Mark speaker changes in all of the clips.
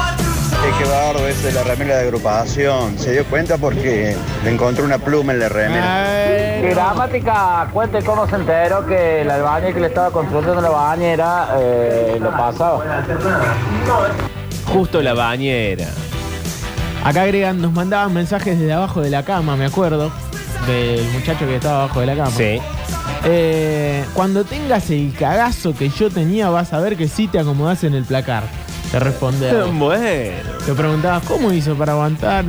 Speaker 1: Che, qué bardo ese de la remera de agrupación. Se dio cuenta porque le encontró una pluma en la remera.
Speaker 2: Gramática, cuente cómo se enteró que el albañil que le estaba construyendo la bañera eh, lo pasaba.
Speaker 3: Justo la bañera.
Speaker 4: Acá agregan, nos mandaban mensajes desde abajo de la cama, me acuerdo. Del muchacho que estaba abajo de la cama.
Speaker 3: Sí.
Speaker 4: Eh, cuando tengas el cagazo que yo tenía, vas a ver que sí te acomodás en el placar. Te responde. algo.
Speaker 3: Bueno.
Speaker 4: Te preguntabas, ¿cómo hizo para aguantar?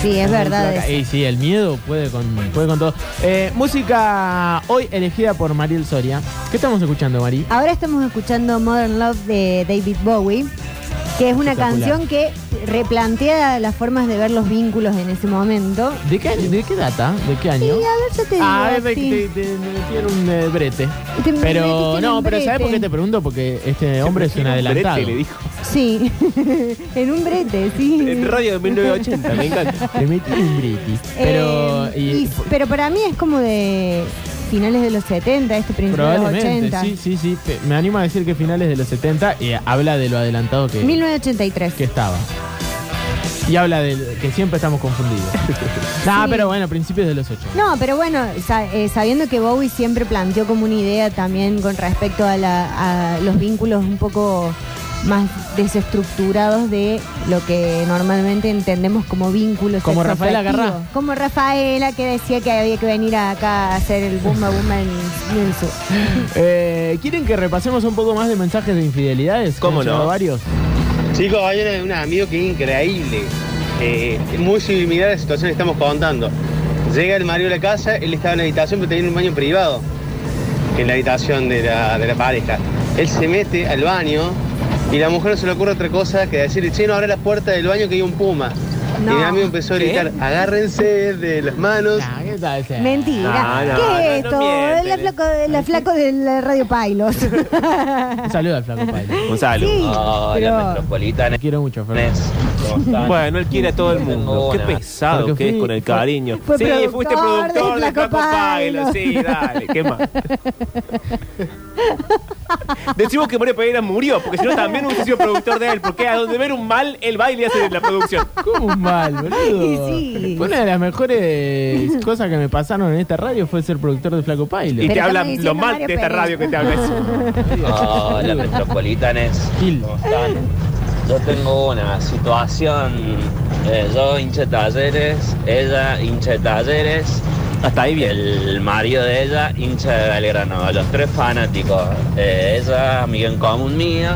Speaker 5: Sí, es
Speaker 4: en el
Speaker 5: verdad.
Speaker 4: placar?
Speaker 5: eso.
Speaker 4: Y sí, el miedo puede con, puede con todo. Eh, música hoy elegida por Mariel Soria. ¿Qué estamos escuchando, Mari?
Speaker 5: Ahora estamos escuchando Modern Love de David Bowie, que es una
Speaker 4: Espectacular.
Speaker 5: canción que replantea las formas de ver los vínculos en ese momento.
Speaker 4: ¿De qué, de qué data? ¿De qué
Speaker 5: Y a
Speaker 4: año?
Speaker 5: ver, yo te digo.
Speaker 4: Ah, es de
Speaker 5: sí.
Speaker 4: que te, te- te metieron un eh, brete.
Speaker 5: Te metiste
Speaker 4: Pero
Speaker 5: en
Speaker 4: no,
Speaker 5: un
Speaker 4: pero ¿sabes
Speaker 5: brete.
Speaker 4: por qué te pregunto? Porque este hombre es un adelantado.
Speaker 3: Brete, le dijo.
Speaker 5: Sí, en un brete, sí.
Speaker 3: En radio de 1980, me encanta.
Speaker 4: Le metí un brete. Pero,
Speaker 5: Eh,
Speaker 4: y-
Speaker 5: y- pero para mí es como de finales de los 70, este principio de los
Speaker 4: probablemente,
Speaker 5: 80.
Speaker 4: sí, sí, sí. Te- me animo a decir que finales de los 70 y habla de lo adelantado que,
Speaker 5: 1983.
Speaker 4: que estaba. Y habla de que siempre estamos confundidos. nah,
Speaker 5: Sí.
Speaker 4: pero bueno, principios de los 80.
Speaker 5: No, pero bueno, sa- eh, sabiendo que Bowie siempre planteó como una idea también con respecto a, la- a los vínculos un poco más desestructurados de lo que normalmente entendemos como vínculos.
Speaker 4: Como
Speaker 5: sexoafectivos.
Speaker 4: Rafaela Carrá.
Speaker 5: Como Rafaela que decía que había que venir acá a hacer el Bumba Bumba en, el sur.
Speaker 4: Eh, ¿Quieren que repasemos un poco más de mensajes de infidelidades?
Speaker 3: ¿Cómo
Speaker 4: Que han
Speaker 3: no?
Speaker 4: llegado varios.
Speaker 6: Chicos, hay un, un amigo que es increíble. Eh, muy similar a la situación que estamos contando. Llega el marido a la casa, él estaba en la habitación, pero tenía un baño privado. En la habitación de la, de la pareja. Él se mete al baño y la mujer no se le ocurre otra cosa que decirle, che, no abre la puerta del baño que hay un puma.
Speaker 5: No.
Speaker 6: Y mi amigo empezó a
Speaker 3: ¿Qué?
Speaker 6: gritar, agárrense de las manos.
Speaker 4: Nah, ¿qué tal ese?
Speaker 5: Mentira.
Speaker 3: No, no,
Speaker 5: ¿Qué
Speaker 3: no, no
Speaker 5: es esto?
Speaker 3: mienten.
Speaker 5: la flaco, la flaco de la Radio Pailos.
Speaker 4: Un saludo al flaco Pailos.
Speaker 3: Un saludo.
Speaker 5: Sí, pero-
Speaker 4: Te quiero mucho, Fernando.
Speaker 3: Bueno, él quiere a todo el mundo. Qué pesado
Speaker 4: Porque
Speaker 3: que es
Speaker 4: fui-
Speaker 3: con el cariño.
Speaker 5: fue
Speaker 3: sí,
Speaker 5: productor
Speaker 3: fuiste
Speaker 5: del
Speaker 3: productor de
Speaker 5: Flaco
Speaker 3: Flaco Pailo.
Speaker 5: Pailo.
Speaker 3: Sí, dale, qué más. Decimos que Mario Pereira murió, porque si no también hubiese sido productor de él, porque a donde ver un mal, él va y le hace la producción.
Speaker 4: ¿Cómo un mal, boludo?
Speaker 5: Y sí.
Speaker 4: Una de las mejores cosas que me pasaron en esta radio fue ser productor de Flaco
Speaker 3: Y
Speaker 4: Pailo.
Speaker 5: Pero
Speaker 3: te
Speaker 5: estamos
Speaker 3: hablan
Speaker 5: diciendo
Speaker 3: lo mal
Speaker 5: Mario
Speaker 3: de esta
Speaker 5: Pereira.
Speaker 3: radio que te habla eso.
Speaker 7: Hola metropolitanes,
Speaker 4: Gil.
Speaker 7: ¿cómo están? Yo tengo una situación, eh, yo hincha de talleres, ella hincha de talleres,
Speaker 3: Hasta ahí bien.
Speaker 7: el marido de ella hincha de Belgrano, los tres fanáticos, Eh, ella amiga en común mía,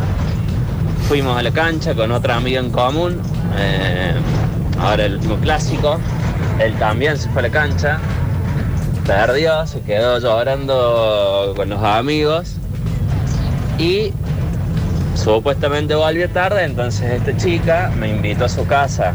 Speaker 7: fuimos a la cancha con otra amiga en común, eh, ahora el último clásico, él también se fue a la cancha, perdió, se quedó llorando con los amigos y supuestamente volvió tarde, entonces esta chica me invitó a su casa,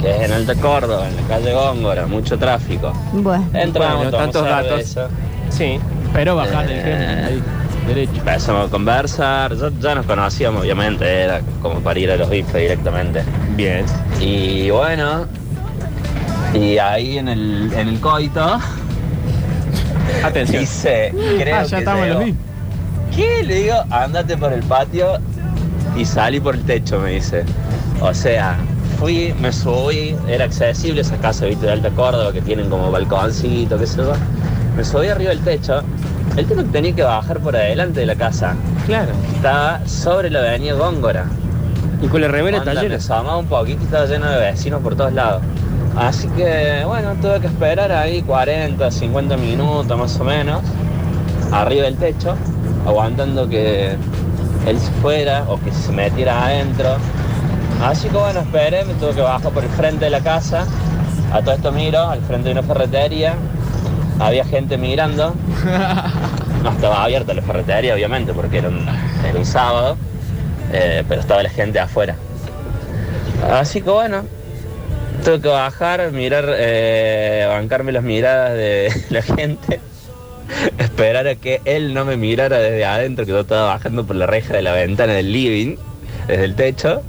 Speaker 7: que es en Alta Córdoba, en la calle Góngora, mucho tráfico.
Speaker 5: Bueno.
Speaker 7: Entramos,
Speaker 3: Bueno,
Speaker 7: tomamos
Speaker 3: tantos datos.
Speaker 7: cerveza,
Speaker 3: Sí.
Speaker 4: Pero bajás del
Speaker 7: Eh.
Speaker 4: Kremlin, ahí, derecho.
Speaker 7: empezamos a conversar, ya, ya nos conocíamos obviamente, era como para ir a los bifes directamente.
Speaker 3: Bien.
Speaker 7: Y bueno, y ahí en el, en el coito
Speaker 3: Atención.
Speaker 7: dice, creo
Speaker 4: Ah, ya
Speaker 7: que
Speaker 4: estamos en los
Speaker 7: llego".
Speaker 4: mismos.
Speaker 7: ¿Qué? Le digo, andate por el patio y salí por el techo, me dice. O sea, fui, me subí, era accesible esa casa, viste, de Alta Córdoba, que tienen como balconcito, qué sé yo. Me subí arriba del techo. El tema que tenía que bajar por adelante de la casa
Speaker 3: Claro.
Speaker 7: estaba sobre la avenida Góngora.
Speaker 3: Y con la remera
Speaker 7: Onda, Me
Speaker 3: talleres.
Speaker 7: asomaba un poquito y estaba lleno de vecinos por todos lados. Así que, bueno, tuve que esperar ahí 40, 50 minutos más o menos, arriba del techo, aguantando que él se fuera o que se metiera adentro. Así que, bueno, esperé, me tuve que bajar por el frente de la casa. A todo esto miro, al frente de una ferretería, había gente mirando. No estaba abierta la ferretería, obviamente, porque era un, era un sábado, eh, pero estaba la gente afuera. Así que bueno, tuve que bajar, mirar, eh, bancarme las miradas de la gente, esperar a que él no me mirara desde adentro, que yo estaba bajando por la reja de la ventana del living, desde el techo.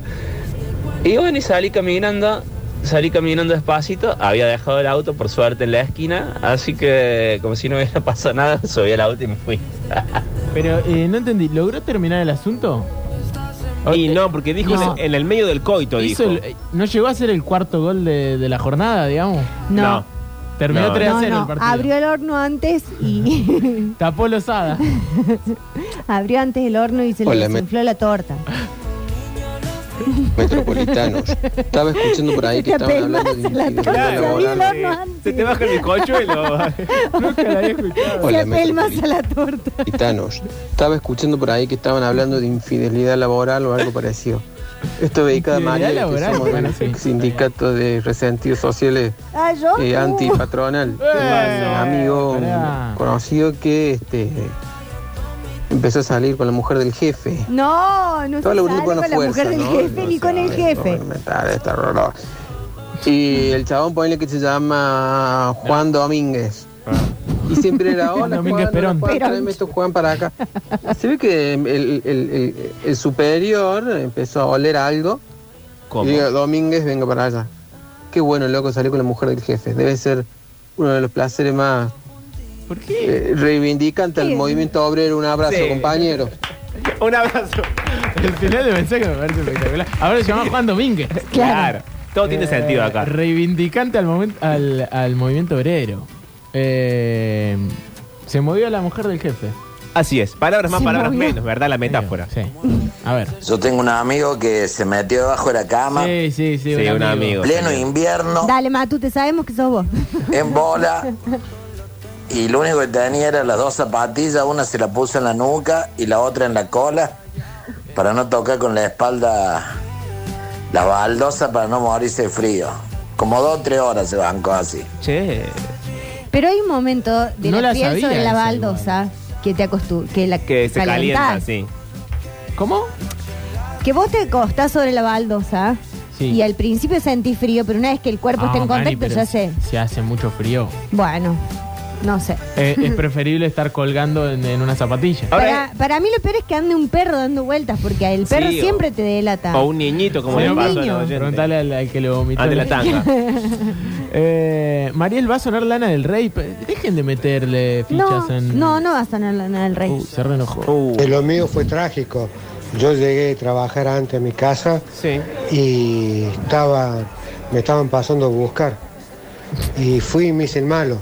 Speaker 7: Y bueno, y salí caminando, salí caminando despacito, había dejado el auto por suerte en la esquina, así que como si no hubiera pasado nada, subí al auto y me fui.
Speaker 4: Pero eh, no entendí, ¿logró terminar el asunto?
Speaker 3: Y no, porque dijo
Speaker 4: No.
Speaker 3: En, en el medio del coito, dijo.
Speaker 4: Hizo el- eh, ¿No llegó a ser el cuarto gol de, de la jornada, digamos?
Speaker 5: No.
Speaker 4: Terminó
Speaker 3: No.
Speaker 4: 3 a
Speaker 5: No,
Speaker 4: 0
Speaker 5: no,
Speaker 4: el partido.
Speaker 5: abrió el horno antes y
Speaker 4: Tapó losada.
Speaker 5: abrió antes el horno y se le
Speaker 8: Hola, me-
Speaker 5: desinfló la torta.
Speaker 8: Metropolitanos. Estaba escuchando por ahí
Speaker 5: Te
Speaker 8: que estaban hablando de
Speaker 5: apelmazas la torta,
Speaker 8: infidelidad
Speaker 3: Claro.
Speaker 5: abrió el
Speaker 8: laboral.
Speaker 5: horno antes.
Speaker 3: Se te baja el bizcochuelo.
Speaker 4: Nunca la había escuchado.
Speaker 5: Se
Speaker 8: Hola,
Speaker 5: apelmaza la torta.
Speaker 8: Metropolitanos. Estaba escuchando por ahí que estaban hablando de infidelidad laboral o algo parecido. Esto dedicado a María,
Speaker 4: Infidelidad
Speaker 8: que
Speaker 4: laboral,
Speaker 8: somos
Speaker 4: bueno,
Speaker 8: del
Speaker 4: sí.
Speaker 8: sindicato de resentidos sociales
Speaker 5: Ah, yo.
Speaker 8: eh, antipatronal. Tengo un amigo un
Speaker 4: pará.
Speaker 8: conocido que este, empezó a salir con la mujer del jefe.
Speaker 5: No, no
Speaker 8: Todo
Speaker 5: se
Speaker 8: lo
Speaker 5: sale con
Speaker 8: grupo con
Speaker 5: la
Speaker 8: fuerza,
Speaker 5: mujer del
Speaker 8: ¿no?
Speaker 5: jefe ni
Speaker 8: No
Speaker 5: con el
Speaker 8: sabe,
Speaker 5: jefe.
Speaker 8: no, me está- está horror. Y el chabón ponele que se llama Juan Domínguez. Y siempre era hola,
Speaker 4: Domínguez
Speaker 8: Juan, hola,
Speaker 4: Perón.
Speaker 8: Juan,
Speaker 5: Perón.
Speaker 8: tráeme esto, Juan, para acá. Se ve que el, el- el- el superior empezó a oler algo.
Speaker 3: ¿Cómo?
Speaker 8: Y digo, Domínguez, venga para allá. Qué bueno, loco, salió con la mujer del jefe. Debe ser uno de los placeres más
Speaker 4: ¿Por qué?
Speaker 8: eh, reivindicantes
Speaker 5: Sí.
Speaker 8: al movimiento obrero. Un abrazo,
Speaker 3: Sí.
Speaker 8: compañero.
Speaker 3: Un abrazo.
Speaker 4: El final del mensaje me parece espectacular. Ahora se llama Juan Domínguez.
Speaker 3: Claro. Todo tiene
Speaker 4: Eh,
Speaker 3: sentido acá.
Speaker 4: Reivindicante al, momen- al, al movimiento obrero. Eh, se movió la mujer del jefe.
Speaker 3: Así es. Palabras más,
Speaker 5: Se
Speaker 3: palabras
Speaker 5: movió.
Speaker 3: menos, ¿verdad? La metáfora.
Speaker 4: Sí. A ver.
Speaker 9: Yo tengo un amigo que se metió debajo de la cama,
Speaker 4: Sí, sí, sí.
Speaker 3: Sí, un amigo.
Speaker 9: pleno invierno,
Speaker 5: Dale, Matu, te sabemos que sos vos.
Speaker 9: en bola. Y lo único que tenía era las dos zapatillas, una se la puso en la nuca y la otra en la cola, para no tocar con la espalda la baldosa para no morirse de frío. Como dos o tres horas se bancó así.
Speaker 3: Che.
Speaker 5: Pero hay un momento de
Speaker 4: No
Speaker 5: la
Speaker 4: la
Speaker 5: piel
Speaker 4: sabía
Speaker 5: sobre la
Speaker 4: esa
Speaker 5: baldosa que te acostu que la
Speaker 3: Que se calienta,
Speaker 5: calentás.
Speaker 3: sí.
Speaker 4: ¿Cómo?
Speaker 5: Que vos te acostás sobre la baldosa
Speaker 4: Sí.
Speaker 5: y al principio sentís frío, pero una vez que el cuerpo está
Speaker 4: Ah,
Speaker 5: en
Speaker 4: Mari,
Speaker 5: contacto
Speaker 4: pero
Speaker 5: pues, ya sé.
Speaker 4: Se hace mucho frío.
Speaker 5: Bueno, no sé.
Speaker 4: Eh, es preferible estar colgando en, en una zapatilla.
Speaker 3: Ahora,
Speaker 5: Para, para mí lo peor es que ande un perro dando vueltas, porque el perro
Speaker 3: Sí, o-
Speaker 5: siempre te delata.
Speaker 3: o un niñito, como
Speaker 5: Sí,
Speaker 3: le
Speaker 5: un
Speaker 3: pasó a
Speaker 5: niño.
Speaker 3: la oyente.
Speaker 4: Preguntale al, al que lo vomitó.
Speaker 3: Ah, de la tanga.
Speaker 4: Eh, Mariel, va a sonar lana del rey. Pe- Dejen de meterle
Speaker 5: no,
Speaker 4: fichas en.
Speaker 5: no, no va a sonar la nada del rey.
Speaker 4: Uh, se reenojó.
Speaker 3: Uh,
Speaker 10: Eh, Lo mío fue trágico. Yo llegué a trabajar antes a mi casa
Speaker 3: sí.
Speaker 10: y estaba, me estaban pasando a buscar. Y fui y me hice el malo.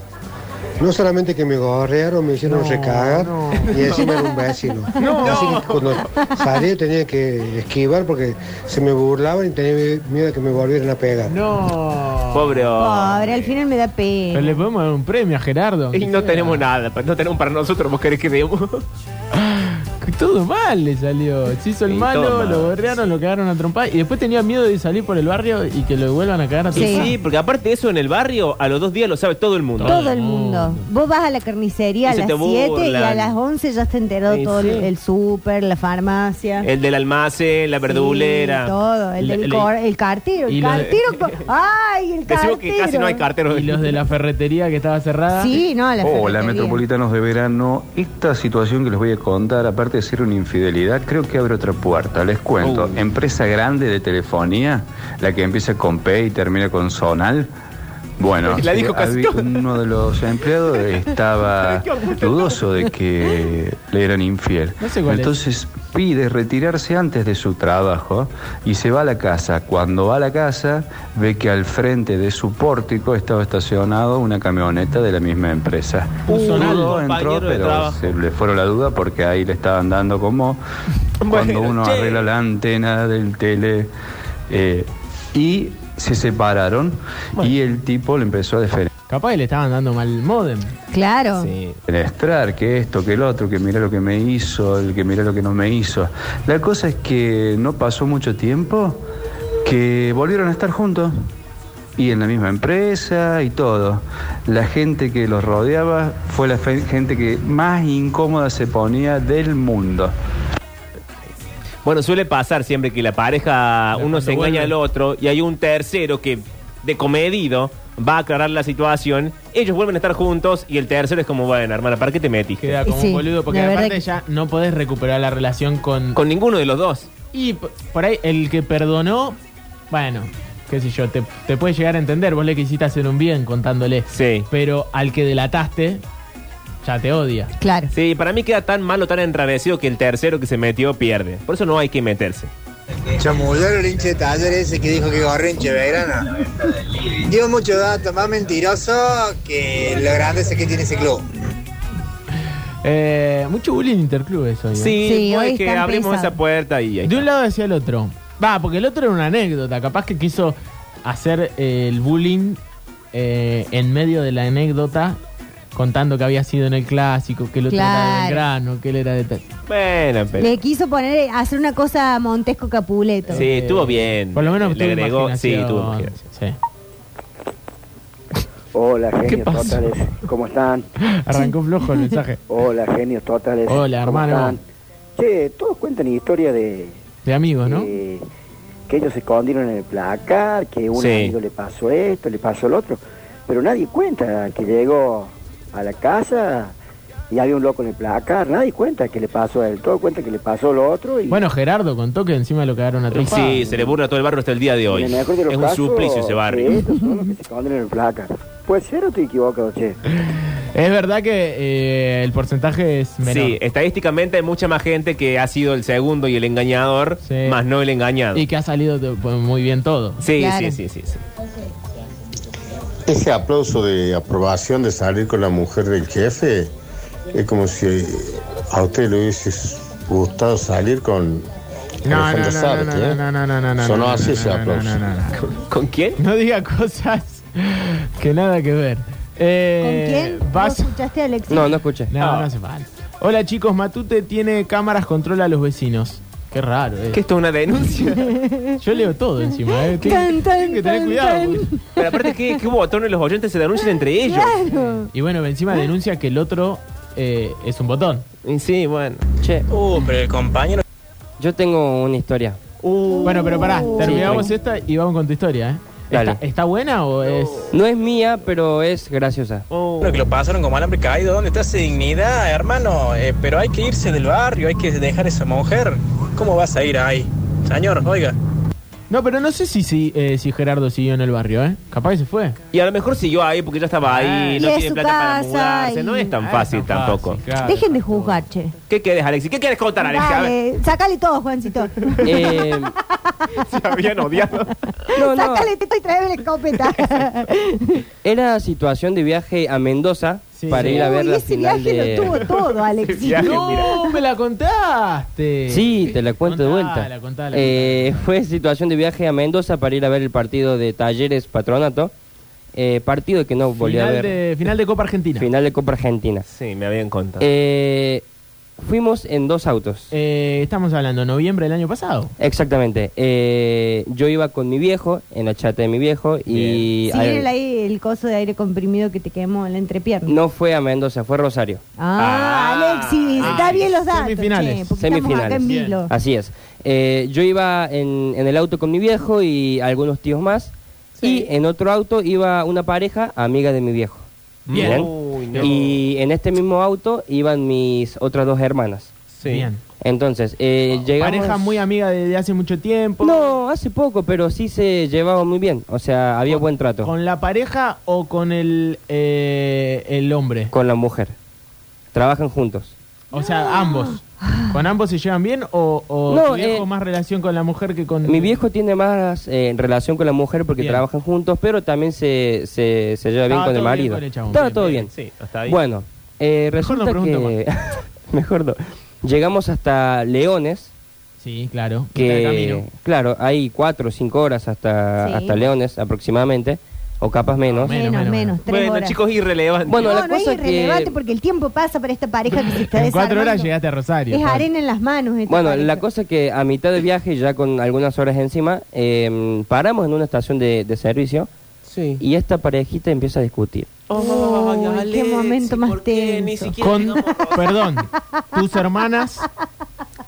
Speaker 10: No solamente que me gorrearon, me hicieron recagar y encima era un vecino. Así que cuando salí tenía que esquivar porque se me burlaban y tenía miedo de que me volvieran a pegar.
Speaker 4: No.
Speaker 3: Pobre.
Speaker 5: Pobre, al final me da pena.
Speaker 4: Pero le podemos dar un premio a Gerardo.
Speaker 3: Y no tenemos nada, pues, no tenemos para nosotros, vos querés que demos.
Speaker 4: Que Todo mal le salió. Se hizo el
Speaker 3: Sí, todo
Speaker 4: malo,
Speaker 3: mal.
Speaker 4: lo borrearon, lo cagaron a trompada. Y después tenía miedo de salir por el barrio y que lo vuelvan a cagar a
Speaker 5: Sí.
Speaker 4: trompada.
Speaker 3: Sí, porque aparte eso en el barrio, a los dos días lo sabe todo el mundo.
Speaker 5: Todo el mundo. Vos vas a la carnicería
Speaker 3: Y
Speaker 5: a
Speaker 3: se
Speaker 5: las
Speaker 3: te
Speaker 5: 7 y a
Speaker 3: burlan.
Speaker 5: las 11 ya está enterado
Speaker 3: Sí,
Speaker 5: todo
Speaker 3: sí.
Speaker 5: el, el súper, la farmacia.
Speaker 3: El del almacén, la verdulera.
Speaker 5: Sí, todo, el, del
Speaker 4: Le- le-
Speaker 5: cor- el cartero, el
Speaker 4: y lo de-
Speaker 5: cartero. ¡Ay, el cartero!
Speaker 3: Decimos que casi no hay carteros.
Speaker 4: Y los de la ferretería que estaba cerrada.
Speaker 5: Sí, no,
Speaker 11: Hola,
Speaker 5: la ferretería.
Speaker 11: metropolitanos de verano. Esta situación que les voy a contar, aparte de ser una infidelidad, creo que abre otra puerta. Les cuento,
Speaker 3: Uh.
Speaker 11: empresa grande de telefonía, la que empieza con P y termina con Sonal. Bueno,
Speaker 3: La dijo casi
Speaker 11: había-
Speaker 3: toda.
Speaker 11: uno de los empleados estaba dudoso de que le eran infiel.
Speaker 4: No sé cuál es.
Speaker 11: Entonces pide retirarse antes de su trabajo y se va a la casa. Cuando va a la casa, ve que al frente de su pórtico estaba estacionado una camioneta de la misma empresa.
Speaker 4: Puso en algo,
Speaker 11: Dudó, entró,
Speaker 3: compañero de
Speaker 11: pero
Speaker 3: trabajo.
Speaker 11: se le fueron la duda porque ahí le estaban dando como cuando
Speaker 3: Bueno,
Speaker 11: uno
Speaker 3: che.
Speaker 11: arregla la antena del tele. eh, y se separaron y el tipo le empezó a defender.
Speaker 4: Capaz que le estaban dando mal el modem.
Speaker 5: Claro.
Speaker 3: Sí.
Speaker 11: Estrar, que esto, que el otro, que mira lo que me hizo, el que mira lo que no me hizo. La cosa es que no pasó mucho tiempo que volvieron a estar juntos y en la misma empresa y todo. La gente que los rodeaba fue la fe- gente que más incómoda se ponía del mundo.
Speaker 3: Bueno, suele pasar siempre que la pareja, uno
Speaker 4: cuando
Speaker 3: se engaña al
Speaker 4: vuelve.
Speaker 3: otro y hay un tercero que, de comedido, va a aclarar la situación. Ellos vuelven a estar juntos y el tercero es como, bueno, hermana, ¿para qué te metiste?
Speaker 4: Queda como
Speaker 5: Sí,
Speaker 4: un boludo. Porque
Speaker 5: la verdad
Speaker 4: aparte
Speaker 5: que-
Speaker 4: ya no podés recuperar la relación con.
Speaker 3: Con ninguno de los dos.
Speaker 4: Y p- por ahí el que perdonó. Bueno, qué sé yo, te, te puede llegar a entender. Vos le quisiste hacer un bien contándole.
Speaker 3: Sí.
Speaker 4: Pero al que delataste, ya te odia.
Speaker 5: Claro.
Speaker 3: Sí, para mí queda tan malo, tan enrarecido que el tercero que se metió pierde. Por eso no hay que meterse.
Speaker 12: Chamullero, el hinche de taller ese que dijo que Gorrinche verano. Dio mucho dato más mentiroso que lo grande ese que tiene ese club.
Speaker 4: Eh, mucho bullying interclubes hoy. ¿eh?
Speaker 3: Sí, puede que abrimos esa puerta y ahí
Speaker 4: De un lado hacia el otro. Va, porque el otro era una anécdota. Capaz que quiso hacer eh, el bullying eh, en medio de la anécdota, contando que había sido en el clásico, que el otro era
Speaker 5: Claro.
Speaker 4: de grano, que él era de tal.
Speaker 3: Bueno, pero.
Speaker 5: Le quiso poner, hacer una cosa Montesco Capuleto.
Speaker 3: Sí, estuvo bien.
Speaker 4: Por lo menos
Speaker 3: le
Speaker 4: tuvo
Speaker 3: agregó. Sí,
Speaker 4: imaginación.
Speaker 3: tuvo imaginación.
Speaker 13: Hola,
Speaker 4: ¿Qué
Speaker 13: genios
Speaker 4: pasó?
Speaker 13: totales. ¿Cómo están?
Speaker 4: Arrancó flojo el mensaje.
Speaker 13: Hola, genios totales.
Speaker 4: Hola,
Speaker 13: ¿Cómo
Speaker 4: hermano.
Speaker 13: están? Che, todos cuentan historia de
Speaker 4: De amigos, ¿no?
Speaker 13: eh, que ellos se escondieron en el placar, que un
Speaker 4: Sí.
Speaker 13: amigo le pasó esto, le pasó el otro. Pero nadie cuenta que llegó a la casa y había un loco en el placar. Nadie cuenta que le pasó a él. Todos cuentan que le pasó lo otro y
Speaker 4: Bueno, Gerardo contó que encima lo cagaron a
Speaker 3: Y
Speaker 4: trompadas.
Speaker 3: sí, se le burla a todo el barrio hasta el día de hoy.
Speaker 13: En
Speaker 3: Es
Speaker 13: el mejor de los
Speaker 3: un
Speaker 13: casos,
Speaker 3: suplicio ese barrio.
Speaker 13: que estos son los que se esconden en el placar. Puede ser o estoy equivocado, che.
Speaker 4: Es verdad que eh, el porcentaje es menor.
Speaker 3: Sí, estadísticamente hay mucha más gente que ha sido el segundo y el engañador, más no el engañado.
Speaker 4: Y que ha salido de- pues, muy bien todo.
Speaker 3: Sí, sí, sí, sí, sí.
Speaker 14: Ese aplauso de aprobación de salir con la mujer del jefe es como si a usted le hubiese gustado salir con
Speaker 4: No, no,
Speaker 14: Alejandro
Speaker 4: no, no,
Speaker 14: Zárate, ¿eh?
Speaker 4: no, no, no, no, no, no,
Speaker 14: Sonó
Speaker 4: no,
Speaker 14: así
Speaker 4: no,
Speaker 14: ese
Speaker 4: no, no,
Speaker 14: aplauso.
Speaker 4: no, no, no.
Speaker 3: ¿Con quién?
Speaker 4: No diga cosas que nada que ver. Eh,
Speaker 5: ¿Con quién?
Speaker 4: vas-
Speaker 5: ¿Vos escuchaste, Alexis?
Speaker 4: escuché. No,
Speaker 3: Ah.
Speaker 4: no hace falta. Hola chicos, Matute tiene cámaras, controla a los vecinos. Qué raro, eh.
Speaker 3: Que esto es una denuncia.
Speaker 4: Yo leo todo encima, eh. Tienen,
Speaker 5: Tan, tan,
Speaker 4: tienen que tener
Speaker 5: tan,
Speaker 4: cuidado.
Speaker 5: tan.
Speaker 4: porque-
Speaker 3: Pero aparte que, que botones los oyentes se denuncian entre ellos.
Speaker 5: Claro.
Speaker 4: Y bueno, encima denuncia que el otro eh, es un botón.
Speaker 3: Sí, bueno.
Speaker 15: Che. Uh, pero el compañero. Yo tengo una historia.
Speaker 3: Uh,
Speaker 4: Bueno, pero pará,
Speaker 15: Sí,
Speaker 4: terminamos
Speaker 15: tranqui.
Speaker 4: esta y vamos con tu historia, eh.
Speaker 15: Dale.
Speaker 4: ¿Está, está buena o es.?
Speaker 15: No es mía, pero
Speaker 4: Pues,
Speaker 15: es graciosa.
Speaker 3: oh.
Speaker 15: Lo que lo pasaron como alambre caído. ¿Dónde está esa dignidad, hermano? Eh, pero hay que irse del barrio, hay que dejar a esa mujer. ¿Cómo vas a ir ahí? Señor, oiga.
Speaker 4: No, pero no sé si, si, eh, si Gerardo siguió en el barrio, ¿eh? Capaz que se fue.
Speaker 3: Y a lo mejor siguió ahí porque ya estaba ahí,
Speaker 5: Y
Speaker 3: no
Speaker 5: es
Speaker 3: tiene
Speaker 5: su
Speaker 3: plata para
Speaker 5: casa,
Speaker 3: mudarse.
Speaker 5: y-
Speaker 3: No es tan fácil tampoco.
Speaker 5: Dejen de juzgar, che.
Speaker 3: ¿Qué querés, Alexis? ¿Qué querés contar, Alexis? A ver.
Speaker 5: Dale, sacale todo, Juancito.
Speaker 15: Eh,
Speaker 3: Se habían odiado.
Speaker 5: Sácale todo y tráeme la escopeta.
Speaker 15: Era situación de viaje a Mendoza para ir a ver
Speaker 5: Uy,
Speaker 15: la
Speaker 5: ese
Speaker 15: final
Speaker 5: viaje
Speaker 15: de-
Speaker 5: lo tuvo todo, Alexis.
Speaker 4: ¡No! ¡Me la contaste!
Speaker 15: Sí, te la cuento de
Speaker 4: Contala,
Speaker 15: vuelta.
Speaker 4: contala,
Speaker 15: Eh, fue situación de viaje a Mendoza para ir a ver el partido de Talleres Patronato. eh, partido que no volví a
Speaker 4: Final
Speaker 15: ver.
Speaker 4: de, final de Copa Argentina.
Speaker 15: Final de Copa Argentina.
Speaker 3: Sí, me habían contado.
Speaker 15: Eh, fuimos en dos autos.
Speaker 4: Eh, estamos hablando noviembre del año pasado.
Speaker 15: Exactamente. Eh, yo iba con mi viejo, en la chata de mi viejo, y
Speaker 5: Sí,
Speaker 15: al-
Speaker 5: el, aire- el coso de aire comprimido que te quemó en la entrepierna.
Speaker 15: no fue a Mendoza, fue a Rosario.
Speaker 5: Ah, Alexis, da bien los datos.
Speaker 15: Semifinales.
Speaker 5: che, porque
Speaker 15: Semifinales.
Speaker 5: Estamos acá en vilo.
Speaker 15: Así es. Eh, yo iba en, en el auto con mi viejo y algunos tíos más. Y en otro auto iba una pareja amiga de mi viejo.
Speaker 4: Bien.
Speaker 15: Y en este mismo auto iban mis otras dos hermanas.
Speaker 4: Bien.
Speaker 15: Entonces, eh, llegamos...
Speaker 4: Pareja muy amiga de, de hace mucho tiempo.
Speaker 15: No, hace poco, pero sí se llevaba muy bien. O sea, había buen trato.
Speaker 4: ¿Con la pareja o con el, eh, el hombre?
Speaker 15: Con la mujer. Trabajan juntos.
Speaker 4: O sea, ambos. ¿Con ambos se llevan bien o, o
Speaker 15: No, eh,
Speaker 4: tu viejo más relación con la mujer que con...
Speaker 15: Mi viejo tiene más eh, relación con la mujer porque
Speaker 4: Mm. Bien.
Speaker 15: trabajan juntos, pero también se, se, se lleva bien
Speaker 4: Estaba
Speaker 15: con el
Speaker 4: todo bien
Speaker 15: marido.
Speaker 4: con el chabón,
Speaker 15: Estaba
Speaker 4: bien,
Speaker 15: todo
Speaker 4: bien.
Speaker 15: bien.
Speaker 4: Sí, hasta ahí.
Speaker 15: Bueno, eh,
Speaker 4: Mejor no
Speaker 15: resulta que... Mejor no. Llegamos hasta Leones,
Speaker 4: Sí, claro. mitad de
Speaker 15: que...
Speaker 4: camino.
Speaker 15: Claro, hay cuatro o cinco horas hasta,
Speaker 5: Sí.
Speaker 15: hasta Leones aproximadamente, o capaz menos.
Speaker 5: Menos, menos, tres
Speaker 3: Bueno,
Speaker 5: horas.
Speaker 3: chicos, irrelevantes.
Speaker 15: Bueno,
Speaker 5: no,
Speaker 15: la
Speaker 5: no es
Speaker 15: cosa que-
Speaker 5: irrelevante porque el tiempo pasa para esta pareja que se está
Speaker 4: En cuatro horas
Speaker 5: desarmando.
Speaker 4: llegaste a Rosario.
Speaker 5: Es
Speaker 4: Juan.
Speaker 5: arena en las manos. esta
Speaker 15: Bueno,
Speaker 5: pareja.
Speaker 15: la cosa es que a mitad de viaje, ya con algunas horas encima, eh, paramos en una estación de, de servicio y esta parejita empieza a discutir.
Speaker 3: Oh,
Speaker 5: Uy, qué momento más tenso.
Speaker 4: Con, perdón, tus hermanas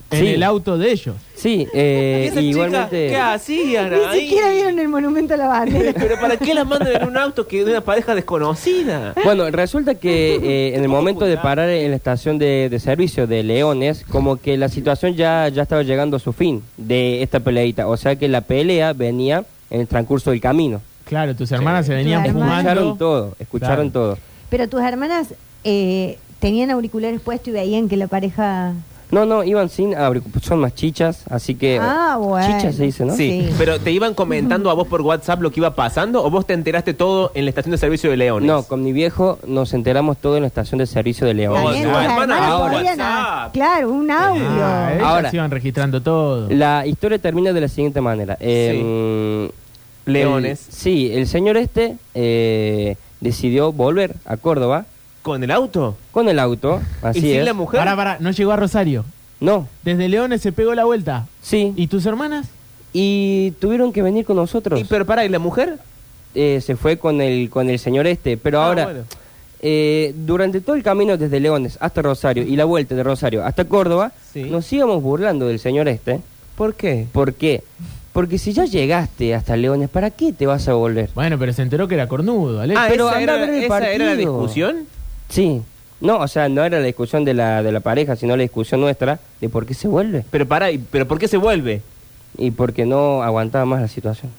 Speaker 4: en
Speaker 15: Sí.
Speaker 4: el auto de ellos.
Speaker 15: Sí, eh, igualmente...
Speaker 3: hacían
Speaker 5: Ni siquiera vieron el monumento a la bandera.
Speaker 3: Pero ¿para qué las mandan en un auto que de una pareja desconocida?
Speaker 15: Bueno, resulta que eh, en el momento de parar en la estación de, de servicio de Leones, como que la situación ya, ya estaba llegando a su fin de esta peleadita. O sea que la pelea venía en el transcurso del camino.
Speaker 4: Claro, tus hermanas se venían
Speaker 5: Tus hermanas.
Speaker 4: fumando.
Speaker 15: Escucharon todo, escucharon todo.
Speaker 5: Pero tus hermanas eh, tenían auriculares puestos y veían que la pareja...
Speaker 15: No, no, iban sin abrigo- son más chichas, así que...
Speaker 5: Ah, bueno.
Speaker 15: Chichas se dice, ¿no?
Speaker 3: Sí, pero ¿te iban comentando a vos por WhatsApp lo que iba pasando o vos te enteraste todo en la estación de servicio de Leones?
Speaker 15: No, con mi viejo nos enteramos todo en la estación de servicio de León.
Speaker 5: También tus hermanas podían a- Claro, un audio.
Speaker 15: Ahora,
Speaker 4: Ah, se iban registrando todo.
Speaker 15: La historia termina de la siguiente manera. Eh, el-
Speaker 3: Leones.
Speaker 15: sí, el señor este eh, decidió volver a Córdoba.
Speaker 3: ¿Con el auto?
Speaker 15: Con el auto, así es.
Speaker 4: Pará, pará, no llegó a Rosario.
Speaker 15: No.
Speaker 4: Desde Leones se pegó la vuelta.
Speaker 15: Sí.
Speaker 4: ¿Y tus hermanas?
Speaker 15: Y tuvieron que venir con nosotros. ¿Y
Speaker 3: pero para, ¿y la mujer?
Speaker 15: eh, se fue con el, con el señor este, pero ahora...
Speaker 3: bueno.
Speaker 15: eh, durante todo el camino desde Leones hasta Rosario y la vuelta de Rosario hasta Córdoba, nos íbamos burlando del señor este.
Speaker 3: ¿Por qué?
Speaker 15: ¿Por qué? Porque si ya llegaste hasta Leones, ¿para qué te vas a volver?
Speaker 4: Bueno, pero se enteró que era cornudo, Ale.
Speaker 15: Ah, Pero esa
Speaker 3: era-
Speaker 15: anda a ver el
Speaker 3: esa era la
Speaker 15: partido.
Speaker 3: discusión?
Speaker 15: Sí. No, o sea, no era la discusión de la, de la pareja, sino la discusión nuestra de por qué se vuelve.
Speaker 3: Pero para, ¿pero por qué se vuelve?
Speaker 15: Y porque no aguantaba más la situación.